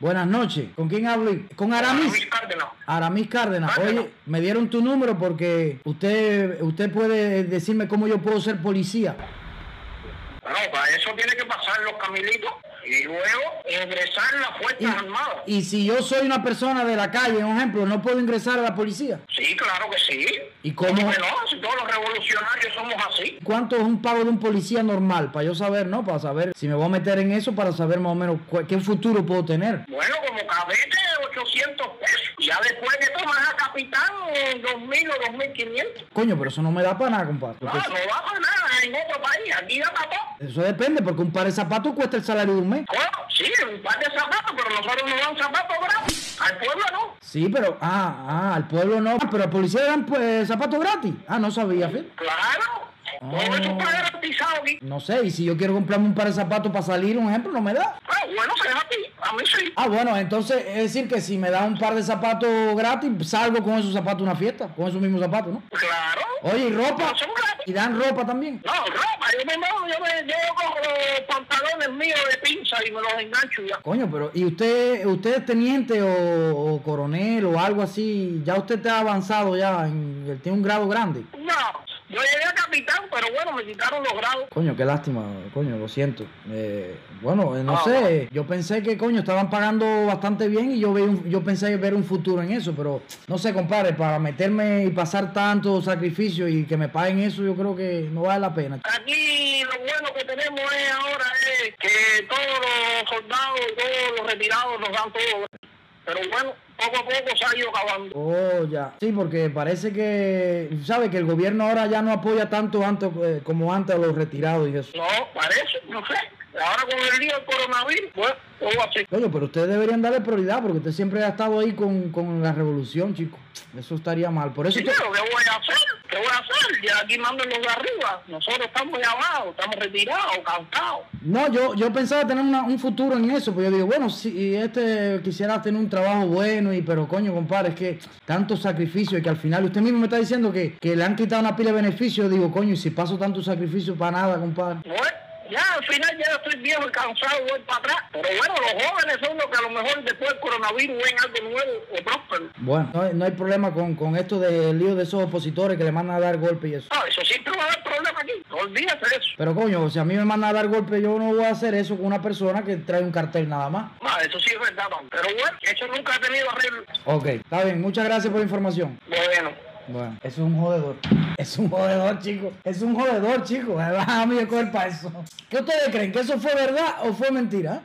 Buenas noches. ¿Con quién hablo? Con Aramis. Luis Cárdenas. Aramis Cárdenas. Cárdenas. Oye, me dieron tu número porque usted usted puede decirme cómo yo puedo ser policía. No, para eso tiene que pasar los camilitos y luego ingresar las Y, Fuerzas Armadas. y si yo soy una persona de la calle, un ejemplo, no puedo ingresar a la policía. Sí, claro que sí. ¿Y cómo? Porque no, si todos los revolucionarios somos así. ¿Cuánto es un pago de un policía normal? Para yo saber, ¿no? Para saber si me voy a meter en eso, para saber más o menos cu- qué futuro puedo tener. Bueno, como cadete, 800 pesos. Ya después que tomas a capitán, 2.000 o 2.500. Coño, pero eso no me da para nada, compadre. No, porque eso- no va para nada en otro país. Aquí da para todo. eso depende, porque un par de zapatos cuesta el salario de un mes. Bueno, sí, un par de zapatos, pero nosotros nos dan zapatos gratis. Al pueblo no. Sí, pero, ah, ah, al pueblo no, Ah, pero al policía le dan pues, zapatos gratis. Ah, no sabía, fíjate. Claro. Ah. Todo eso está garantizado aquí. No sé, y si yo quiero comprarme un par de zapatos para salir, un ejemplo, no me da. Ah, bueno, será a ti. A mí sí. Ah, bueno, entonces es decir que si me da un par de zapatos gratis, salgo con esos zapatos a una fiesta, con esos mismos zapatos, ¿no? Claro. Oye, ¿y ropa? No son gratis. ¿Y dan ropa también? No, ropa, yo me mando, yo me yo cojo los pantalones míos de pinza y me los engancho y ya. Coño, pero ¿y usted, usted es teniente o, o coronel o algo así? Ya usted está avanzado ya, en- tiene un grado grande. No, yo llegué a capitán, pero bueno, me quitaron los grados. Coño, qué lástima, coño, lo siento. Eh, bueno, eh, no Ah, sé, yo pensé que, coño, estaban pagando bastante bien y yo, ve un- yo pensé ver un futuro en eso, pero no sé, compadre, para meterme y pasar tanto sacrificio y que me paguen eso, yo creo que no vale la pena. Aquí lo bueno que tenemos es ahora es que todos los soldados y todos los retirados nos dan todo. Pero bueno, poco a poco se ha ido acabando. Oh, ya. Sí, porque parece que, ¿sabe? Que el gobierno ahora ya no apoya tanto antes, eh, como antes a los retirados y eso. No, parece, no sé. Ahora con el lío del coronavirus, bueno, todo así. Coño, pero ustedes deberían darle prioridad porque usted siempre ha estado ahí con, con la revolución, chico. Eso estaría mal. Por eso... Sí, usted- pero ¿qué voy a hacer? ¿Qué voy a hacer? Ya aquí mandan los de arriba. Nosotros estamos de abajo, estamos retirados, cansados. No, yo, yo pensaba tener una- un futuro en eso, pero yo digo, bueno, si este quisiera tener un trabajo bueno, y pero coño, compadre, es que tanto sacrificio y que al final usted mismo me está diciendo que, que le han quitado una pila de beneficios, digo, coño, y si paso tanto sacrificio para nada, compadre. Bueno, ya al final ya estoy viejo y cansado, voy para atrás. Pero bueno, los jóvenes son los que a lo mejor después del coronavirus ven algo nuevo o próspero. Bueno, no, hay- no hay problema con, con esto del lío de esos opositores que le mandan a dar golpe y eso. No, Ah, eso siempre va a haber problema aquí. No olvídate de eso. Pero coño, si a mí me mandan a dar golpe, yo no voy a hacer eso con una persona que trae un cartel nada más. No, Ah, eso sí es verdad, man. Pero bueno, eso nunca ha tenido arreglo. Ok, está bien, muchas gracias por la información. Bueno. Bueno, es un jodedor. Es un jodedor, chico. Es un jodedor, chico. Bájame de coger para eso. ¿Qué ustedes creen? ¿Que eso fue verdad o fue mentira?